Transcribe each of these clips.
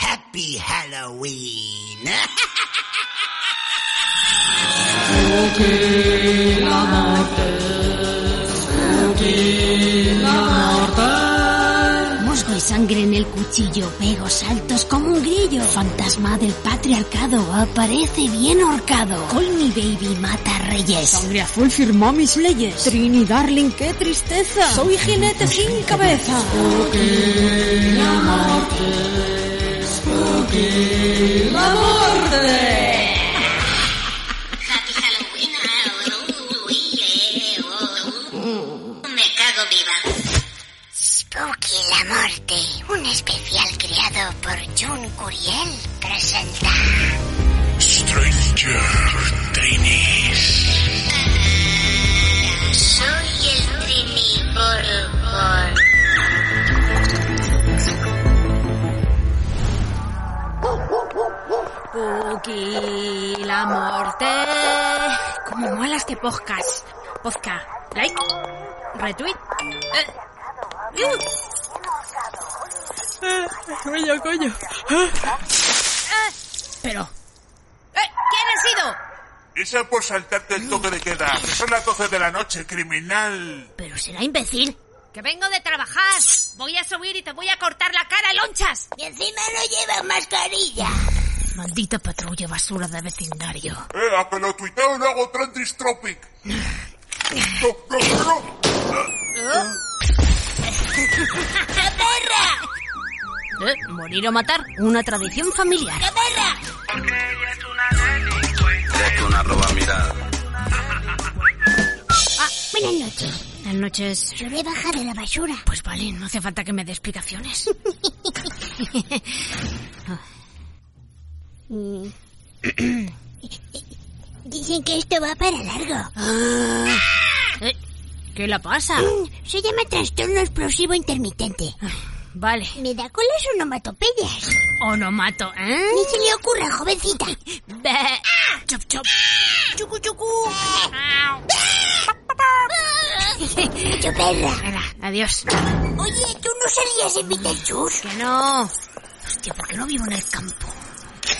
Happy Halloween. Musgo y sangre en el cuchillo, pego saltos como un grillo. Fantasma del patriarcado aparece bien horcado. Call me baby mata reyes. Sangre azul firmó mis leyes. Trini Darling, qué tristeza. Soy jinete sin cabeza. Happy Halloween. Halloween. Me cago viva. Spooky la muerte, un especial creado por Jun Curiel, presenta Stranger Trinis. Soy el Trini Borbón. Puki, la muerte. Como mola este podcast. Podcast. Like. Retweet. Eh. Uh. Eh, coño, coño. Eh, Pero. Eh, ¿Quién ha sido? Esa por saltarte el toque de queda. que Son las 12 de la noche, criminal. Pero será imbécil. Que vengo de trabajar. Voy a subir y te voy a cortar la cara, lonchas. Y encima no lleva mascarilla. Maldita patrulla basura de vecindario. Eh, a que lo tuiteo y lo hago Trendis Tropic. No, no, no. ¡La perra! ¿Eh? Morir o matar, una tradición familiar. ¡La perra! Buenas noches. Buenas noches. Lo he bajado la basura. Pues vale, no hace falta que me dé explicaciones. Mm. Dicen que esto va para largo. Eh, ¿Qué la pasa? Mm, Se llama trastorno explosivo intermitente. Vale. Me da con las onomatopeyas. O no mato, ¿eh? Ni se le ocurra, jovencita. Ah. Be- Chop, chop. Chucu, chucu. Ah. Mucho perra. Venga, adiós. Oye, ¿tú no salías en mi Chus? Que no. Hostia, ¿por qué no vivo en el campo? Se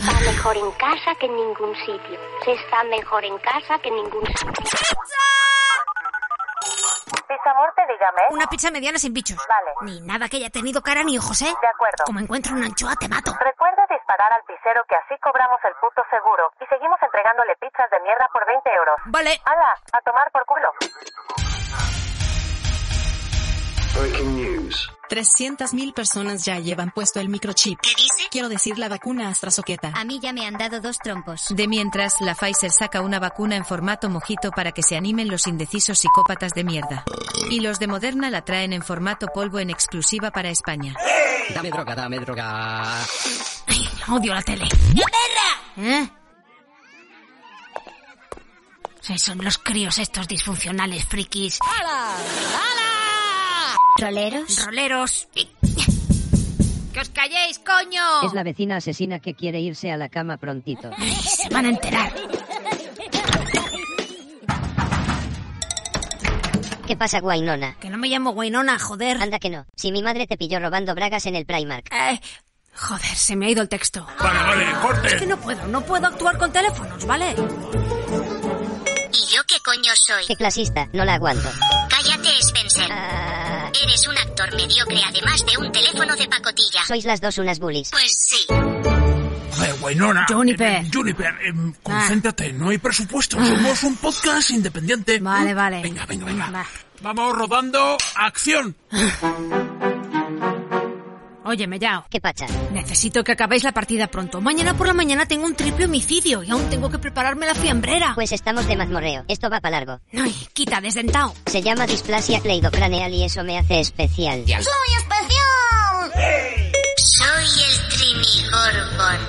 está mejor en casa que en ningún sitio. Se está mejor en casa que en ningún sitio. Pisamorte, dígame. Una pizza mediana sin bichos. Vale. Ni nada que haya tenido cara ni ojos, ¿eh? De acuerdo. Como encuentro una anchoa, te mato. Recuerda disparar al pisero que así cobramos el puto seguro y seguimos entregándole pizzas de mierda por 20 euros. Vale. ¡Hala! A tomar por culo. 300.000 personas ya llevan puesto el microchip. ¿Qué dice? Quiero decir la vacuna AstraZoqueta. A mí ya me han dado dos trompos. De mientras, la Pfizer saca una vacuna en formato mojito para que se animen los indecisos psicópatas de mierda. Y los de Moderna la traen en formato polvo en exclusiva para España. Dame droga, dame droga. Ay, odio la tele. ¡La perra! ¿Eh? Sí, son los críos estos disfuncionales, frikis. ¿Troleros? Roleros. Y- ¡Que os calléis, coño! Es la vecina asesina que quiere irse a la cama prontito. Se van a enterar. ¿Qué pasa, Guainona? Que no me llamo Guainona, joder. Anda que no. Si mi madre te pilló robando bragas en el Primark. Eh, joder, se me ha ido el texto. Vale, vale, Que corte. no puedo, no puedo actuar con teléfonos, ¿vale? ¿Y yo qué coño soy? Qué clasista, no la aguanto. Cállate, Spencer. Ah, Eres un actor mediocre además de un teléfono de pacotilla. sois las dos unas bullies. Pues sí. Eh, Guainona. Juniper. Ah. Eh, Juniper, em, concéntrate, no hay presupuesto. Somos un podcast independiente. Vale, vale. Venga, venga, venga. Va. Vamos rodando. ¡Acción! Oye, Mellao, ¿Qué pacha? necesito que acabéis la partida pronto. Mañana por la mañana tengo un triple homicidio y aún tengo que prepararme la fiambrera. Pues estamos de mazmorreo. Esto va para largo. Ay, quita, desdentado. Se llama displasia cleidocraneal y eso me hace especial. ¡Soy especial! Soy el Trini Gorgon.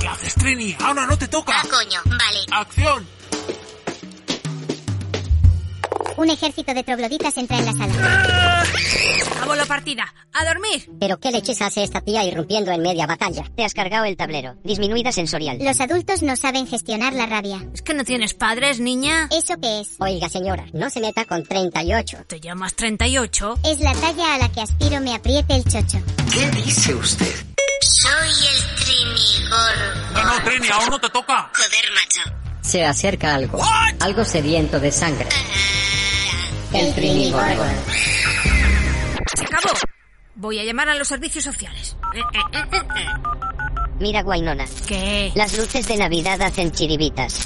¿Qué haces, Trini? Ahora no te toca. Ah, coño, vale. ¡Acción! un ejército de trogloditas entra en la sala. ¡Vamos la partida! ¡A dormir! ¿Pero qué leches hace esta tía irrumpiendo en media batalla? Te has cargado el tablero. Disminuida sensorial. Los adultos no saben gestionar la rabia. ¿Es que no tienes padres, niña? ¿Eso qué es? Oiga, señora, no se meta con 38. ¿Te llamas 38? Es la talla a la que aspiro me apriete el chocho. ¿Qué dice usted? Soy el Trinigor. No, no, Trini, aún no te toca. Joder, macho. Se acerca algo. ¿What? Algo sediento de sangre. Uh, el Trinigor. Se acabó. Voy a llamar a los servicios sociales. Eh, eh, eh, Mira, Guainona. ¿Qué? Las luces de Navidad hacen chiribitas.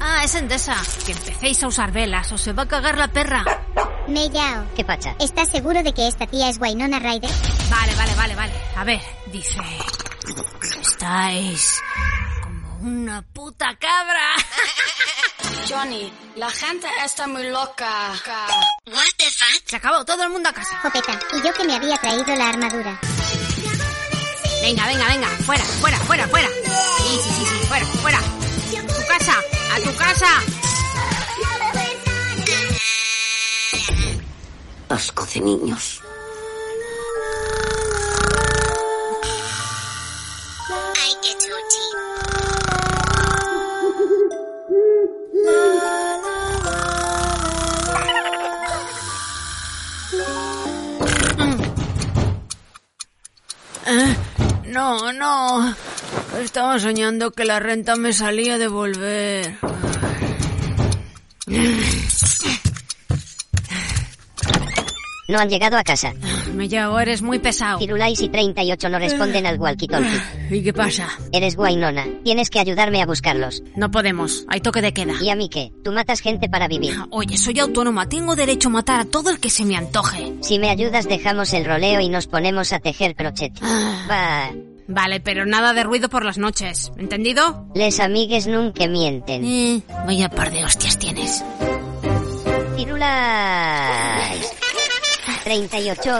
Ah, es Endesa. Que empecéis a usar velas o se va a cagar la perra. Mellao. ¿Qué pacha? ¿Estás seguro de que esta tía es Guainona Ryder? Vale, vale, vale, vale. A ver, dice... Estáis como una puta cabra. Johnny, la gente está muy loca. What the fuck? Se acabó, todo el mundo a casa. Jopeta, y yo que me había traído la armadura. Venga, venga, venga, fuera, fuera, fuera, fuera. Sí, sí, sí, sí, fuera, fuera. A tu casa, a tu casa. Asco de niños. Ay, qué chuchi. No, no. Estaba soñando que la renta me salía de volver. No han llegado a casa. Me llevo, eres muy pesado. Firulais y 38 no responden al Ah. walkie-talkie. ¿Y qué pasa? Eres guainona. Tienes que ayudarme a buscarlos. No podemos. Hay toque de queda. ¿Y a mí qué? Tú matas gente para vivir. Oye, soy autónoma. Tengo derecho a matar a todo el que se me antoje. Si me ayudas, dejamos el roleo y nos ponemos a tejer crochet. Ah. Va. Vale, pero nada de ruido por las noches. ¿Entendido? Les amigues nunca mienten. Eh, vaya par de hostias tienes. Firulais. 38.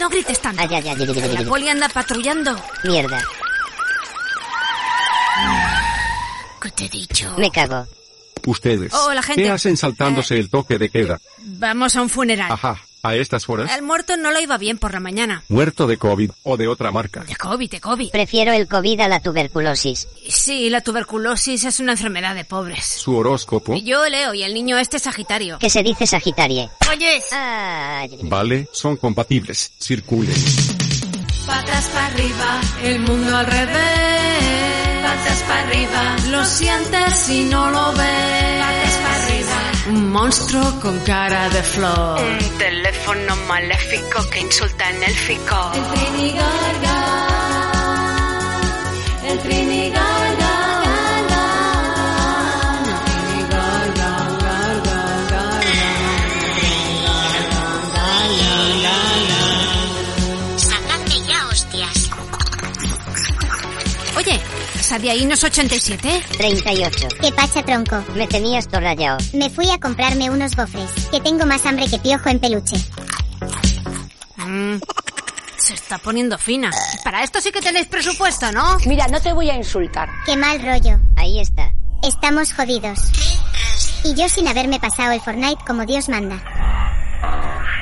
No grites tanto. Ay, ay, ay, La poli anda patrullando. Mierda. ¿Qué te he dicho? Me cago. Ustedes. Oh, la gente. ¿Qué hacen saltándose el toque de queda? Vamos a un funeral. Ajá. ¿A estas horas? El muerto no lo iba bien por la mañana. Muerto de COVID o de otra marca. De COVID, de COVID. Prefiero el COVID a la tuberculosis. Sí, la tuberculosis es una enfermedad de pobres. ¿Su horóscopo? Yo leo y el niño este es Sagitario. ¿Qué se dice Sagitarie? ¡Oyes! Ay. Vale, son compatibles. Circulen. Patas para arriba, el mundo al revés. Patas para arriba, lo sientes si no lo ves. Patas para arriba. Un monstruo con cara de flor. Un teléfono maléfico que insulta en el fico. El Trinigarga. El Trinigarga. Sacadme ya, hostias. Oye, ¿esa de ahí no es 87? 38. ¿Qué pasa, tronco? Me tenías todo rayado. Me fui a comprarme unos gofres, que tengo más hambre que piojo en peluche. Mm, Se está poniendo fina. Para esto sí que tenéis presupuesto, ¿no? Mira, no te voy a insultar. Qué mal rollo. Ahí está. Estamos jodidos. Y yo sin haberme pasado el Fortnite como Dios manda.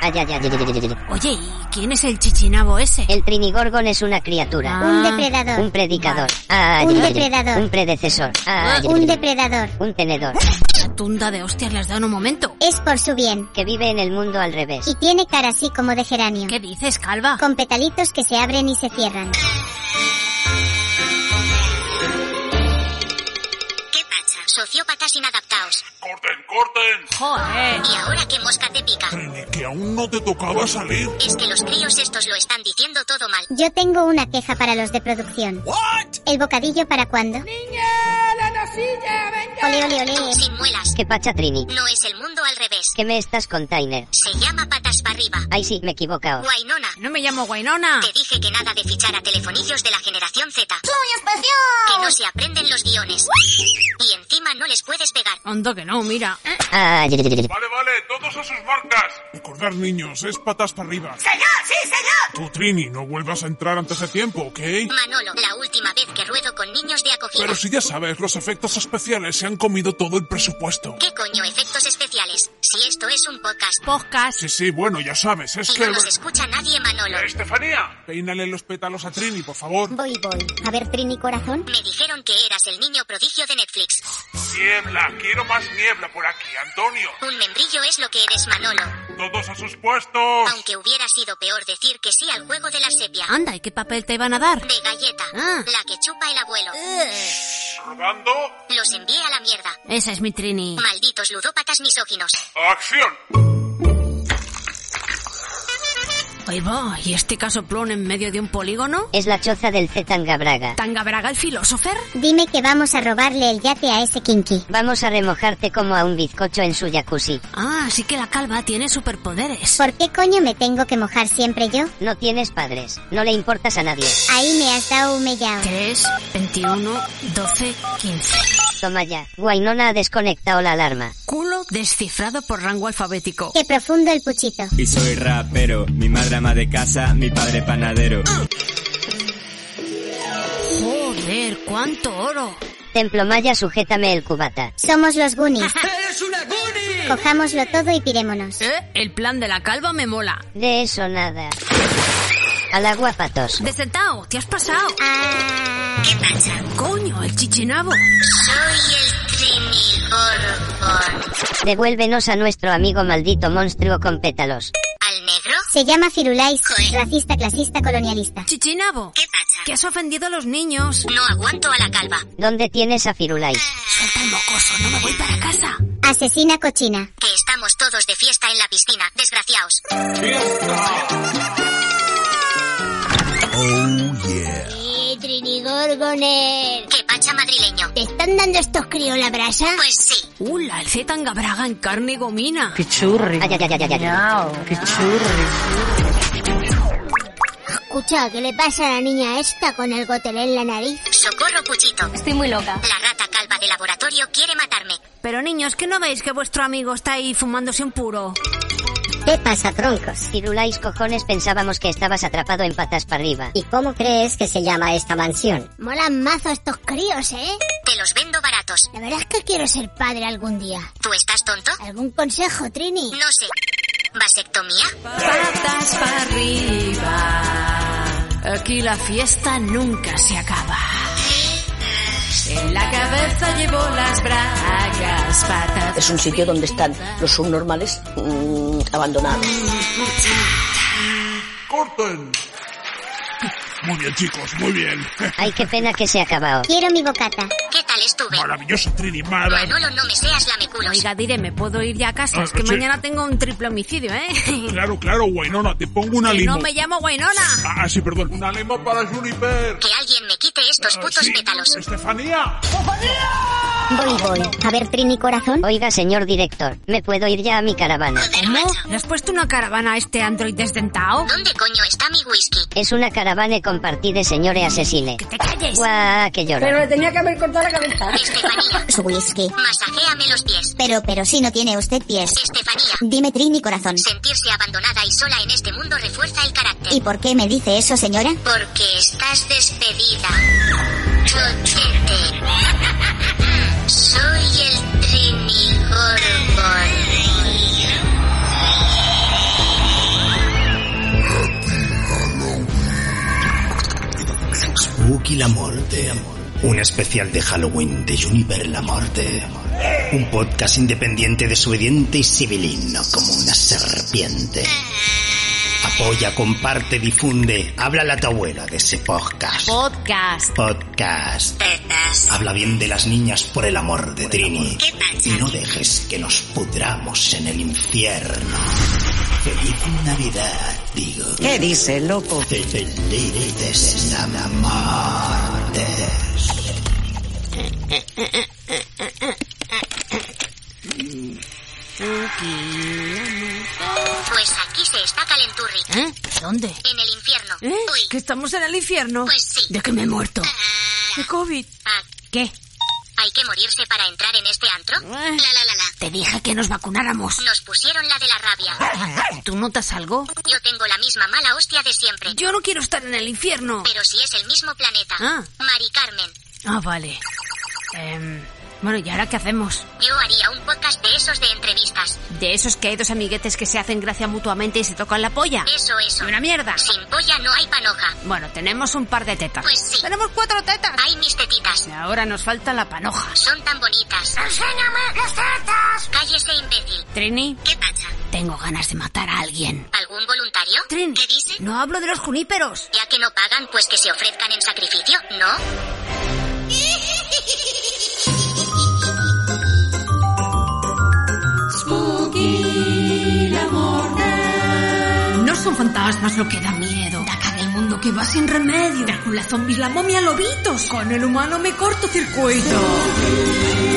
Ay, ay, ay, ay, ay, ay, ay. Oye, ¿y quién es el chichinabo ese? Ah, El Trinigorgon es una criatura. Un Ah. depredador. Un predicador. Ay, Un ay, ay. depredador. Un predecesor. Ah, Ay, ay, Un ay. depredador. Un tenedor. La tunda de hostias las da en un momento. Es por su bien. Que vive en el mundo al revés. Y tiene cara así como de geranio. ¿Qué dices, calva? Con petalitos que se abren y se cierran. ¿Qué pasa? Sociópatas inadaptados. ¡Corten, corten! Joder. ¿Y ahora qué mosca te pica? Trini, que aún no te tocaba salir. Es que los críos estos lo están diciendo todo mal. Yo tengo una queja para los de producción. ¿What? ¿El bocadillo para cuándo? Ole, ole, ole. Sin muelas. ¿Qué pacha, Trini? No es el mundo al revés. ¿Qué me estás container? Se llama patas para arriba. Ay, sí, me he equivocado. Guainona. No me llamo Guainona. Te dije que nada de fichar a telefonillos de la generación Z. ¡Soy Que no especial! se aprenden los guiones. Y encima no les puedes pegar. Hondo que no, mira. Ay, ay, ay, ay. Vale, vale, todos a sus marcas. Recordar, niños, es patas para arriba. ¡Señor, sí! será? Tú, Trini, no vuelvas a entrar antes de tiempo, ¿ok? Manolo, la última vez que ruedo con niños de acogida. Pero si ya sabes, los efectos especiales se han comido todo el presupuesto. ¿Qué coño efectos especiales? Si esto es un podcast. Sí, sí, bueno, ya sabes, es Y que... no nos escucha nadie, Manolo. Eh, Estefanía, peínale los pétalos a Trini, por favor. Voy, voy. A ver, Trini Corazón. Me dijeron que eras el niño prodigio de Netflix. Niebla, quiero más niebla por aquí, Antonio. Un membrillo es lo que eres, Manolo. Todos a sus puestos. Aunque hubiera sido peor decir que sí al juego de la sepia. Anda, ¿y qué papel te van a dar? De galleta. Ah. La que chupa el abuelo. Rodando. Los envié a la mierda. Esa es mi Trini. Malditos ludópatas misóginos. Acción. Ahí va, ¿y este casoplón en medio de un polígono? Es la choza del C. Tangabraga. ¿Tanga Braga el filósofer? Dime que vamos a robarle el yate a ese kinky. Vamos a remojarte como a un bizcocho en su jacuzzi. Ah, así que la calva tiene superpoderes. ¿Por qué coño me tengo que mojar siempre yo? No tienes padres, no le importas a nadie. Ahí me has dado un mellao. 3, 21, 12, 15. Toma ya. Guainona ha desconectado la alarma. Culo descifrado por rango alfabético. Qué profundo el puchito. Y soy rapero, mi madre ama de casa, mi padre panadero. Joder, cuánto oro. Templo Maya, sujétame el cubata. Somos los Goonies. Cojámoslo todo y pirémonos. ¿Eh? El plan de la calva me mola. De eso nada. Al agua patos. Desentao, te has pasado. Ah, ¿Qué pasa? Coño, el chichinabo. Soy el Trinigorgon. Devuélvenos a nuestro amigo maldito monstruo con pétalos. ¿Al negro? se llama Firulais, racista, clasista, colonialista. Chichinabo, ¿Qué pasa? que has ofendido a los niños. No aguanto a la calva. ¿Dónde tienes a Firulai? Suelta el mocoso, no me voy para casa. Asesina cochina. Que estamos todos de fiesta en la piscina, desgraciaos. Eh, Trinigorgoner. ¿Qué pacha madrileño? ¿Te están dando estos críos la brasa? Pues sí. Ula, el Zetanga Braga en carne y gomina. Ay, ay, ay, ay, ay, ay. Escucha, ¿qué le pasa a la niña esta con el gotel en la nariz? Socorro Puchito. Estoy muy loca. La rata calva de laboratorio quiere matarme. Pero niños, ¿qué no veis que vuestro amigo está ahí fumándose un puro? ¿Qué pasa, troncos? Firulais, cojones, pensábamos que estabas atrapado en patas para arriba. ¿Y cómo crees que se llama esta mansión? Molan mazo estos críos, ¿eh? Te los vendo baratos. La verdad es que quiero ser padre algún día. ¿Tú estás tonto? ¿Algún consejo, Trini? No sé. ¿Vasectomía? Patas para arriba. Aquí la fiesta nunca se acaba. En la cabeza llevo las bragas, patas. Es un sitio donde están los subnormales mm, abandonados. Corten. Muy bien, chicos, muy bien. Ay, qué pena que se ha acabado. Quiero mi bocata. ¿Qué tal estuve? Maravilloso, Trini, mara. Manolo, no me seas lameculos. Oiga, diré, ¿me puedo ir ya a casa? Ah, Es que sí. mañana tengo un triple homicidio, ¿eh? Claro, claro, Guainona, te pongo una Que limo. no me llamo Guainona. Ah, sí, perdón. Una limo para Juniper. Que alguien me quite estos Ah, putos sí. pétalos. Estefanía. Voy, voy. A ver, Trini Corazón. Oiga, señor director, ¿me puedo ir ya a mi caravana? Joder, ¿Cómo? macho. ¿Le has puesto una caravana a este android desdentado? ¿Dónde coño está mi whisky? Es una caravana compartida, señore asesine. ¡Que te calles! Guau, que llora. le tenía que haber cortado la cabeza. Estefanía, Su whisky. masajéame los pies. Pero, pero si no tiene usted pies. Estefanía, Dime, Trini Corazón. sentirse abandonada y sola en este mundo refuerza el carácter. ¿Y por qué me dice eso, señora? Porque estás despedida. Chochete. Soy el Trinigorgon. Spooky la Morte. Un especial de Halloween de Juniper la Morte. Un podcast independiente, desobediente y sibilino como una serpiente. Apoya, comparte, difunde. Háblale a tu abuela de ese podcast. Podcast. Podcast. Habla bien de las niñas por el amor de Trini. ¿Qué pasa? Y no dejes que nos pudramos en el infierno. Feliz Navidad, digo. ¿Qué dice, loco? Te felices en la muerte. Pues aquí se está calenturri. ¿Eh? ¿Dónde? En el infierno. ¿Eh? Uy. ¿Que estamos en el infierno? Pues sí. ¿De que me he muerto? Ah, ¿De COVID? ah, ¿Qué? ¿Hay que morirse para entrar en este antro? La la la la. Te dije que nos vacunáramos. Nos pusieron la de la rabia. ¿Tú notas algo? Yo tengo la misma mala hostia de siempre. Yo no quiero estar en el infierno. Pero si es el mismo planeta. Ah. Mari Carmen. Ah, vale. Em, bueno, ¿y ahora qué hacemos? Yo haría un podcast de esos de entrevistas. De esos que hay dos amiguetes que se hacen gracia mutuamente y se tocan la polla. Eso, eso. Una mierda. Sin polla no hay panoja. Bueno, tenemos un par de tetas. Pues sí. Tenemos cuatro tetas. Hay mis tetitas. Ahora nos falta la panoja. Son tan bonitas. ¡Enséñame las tetas! Cállese, imbécil. Trini, ¿Qué pasa? tengo ganas de matar a alguien. ¿Algún voluntario? Trin. ¿Qué dice? No hablo de los juníperos. Ya que no pagan, pues que se ofrezcan en sacrificio, ¿no? No son fantasmas lo que da miedo. Da cara el mundo que va sin remedio. Drácula, zombies, la momia, lobitos. Con el humano me corto circuito.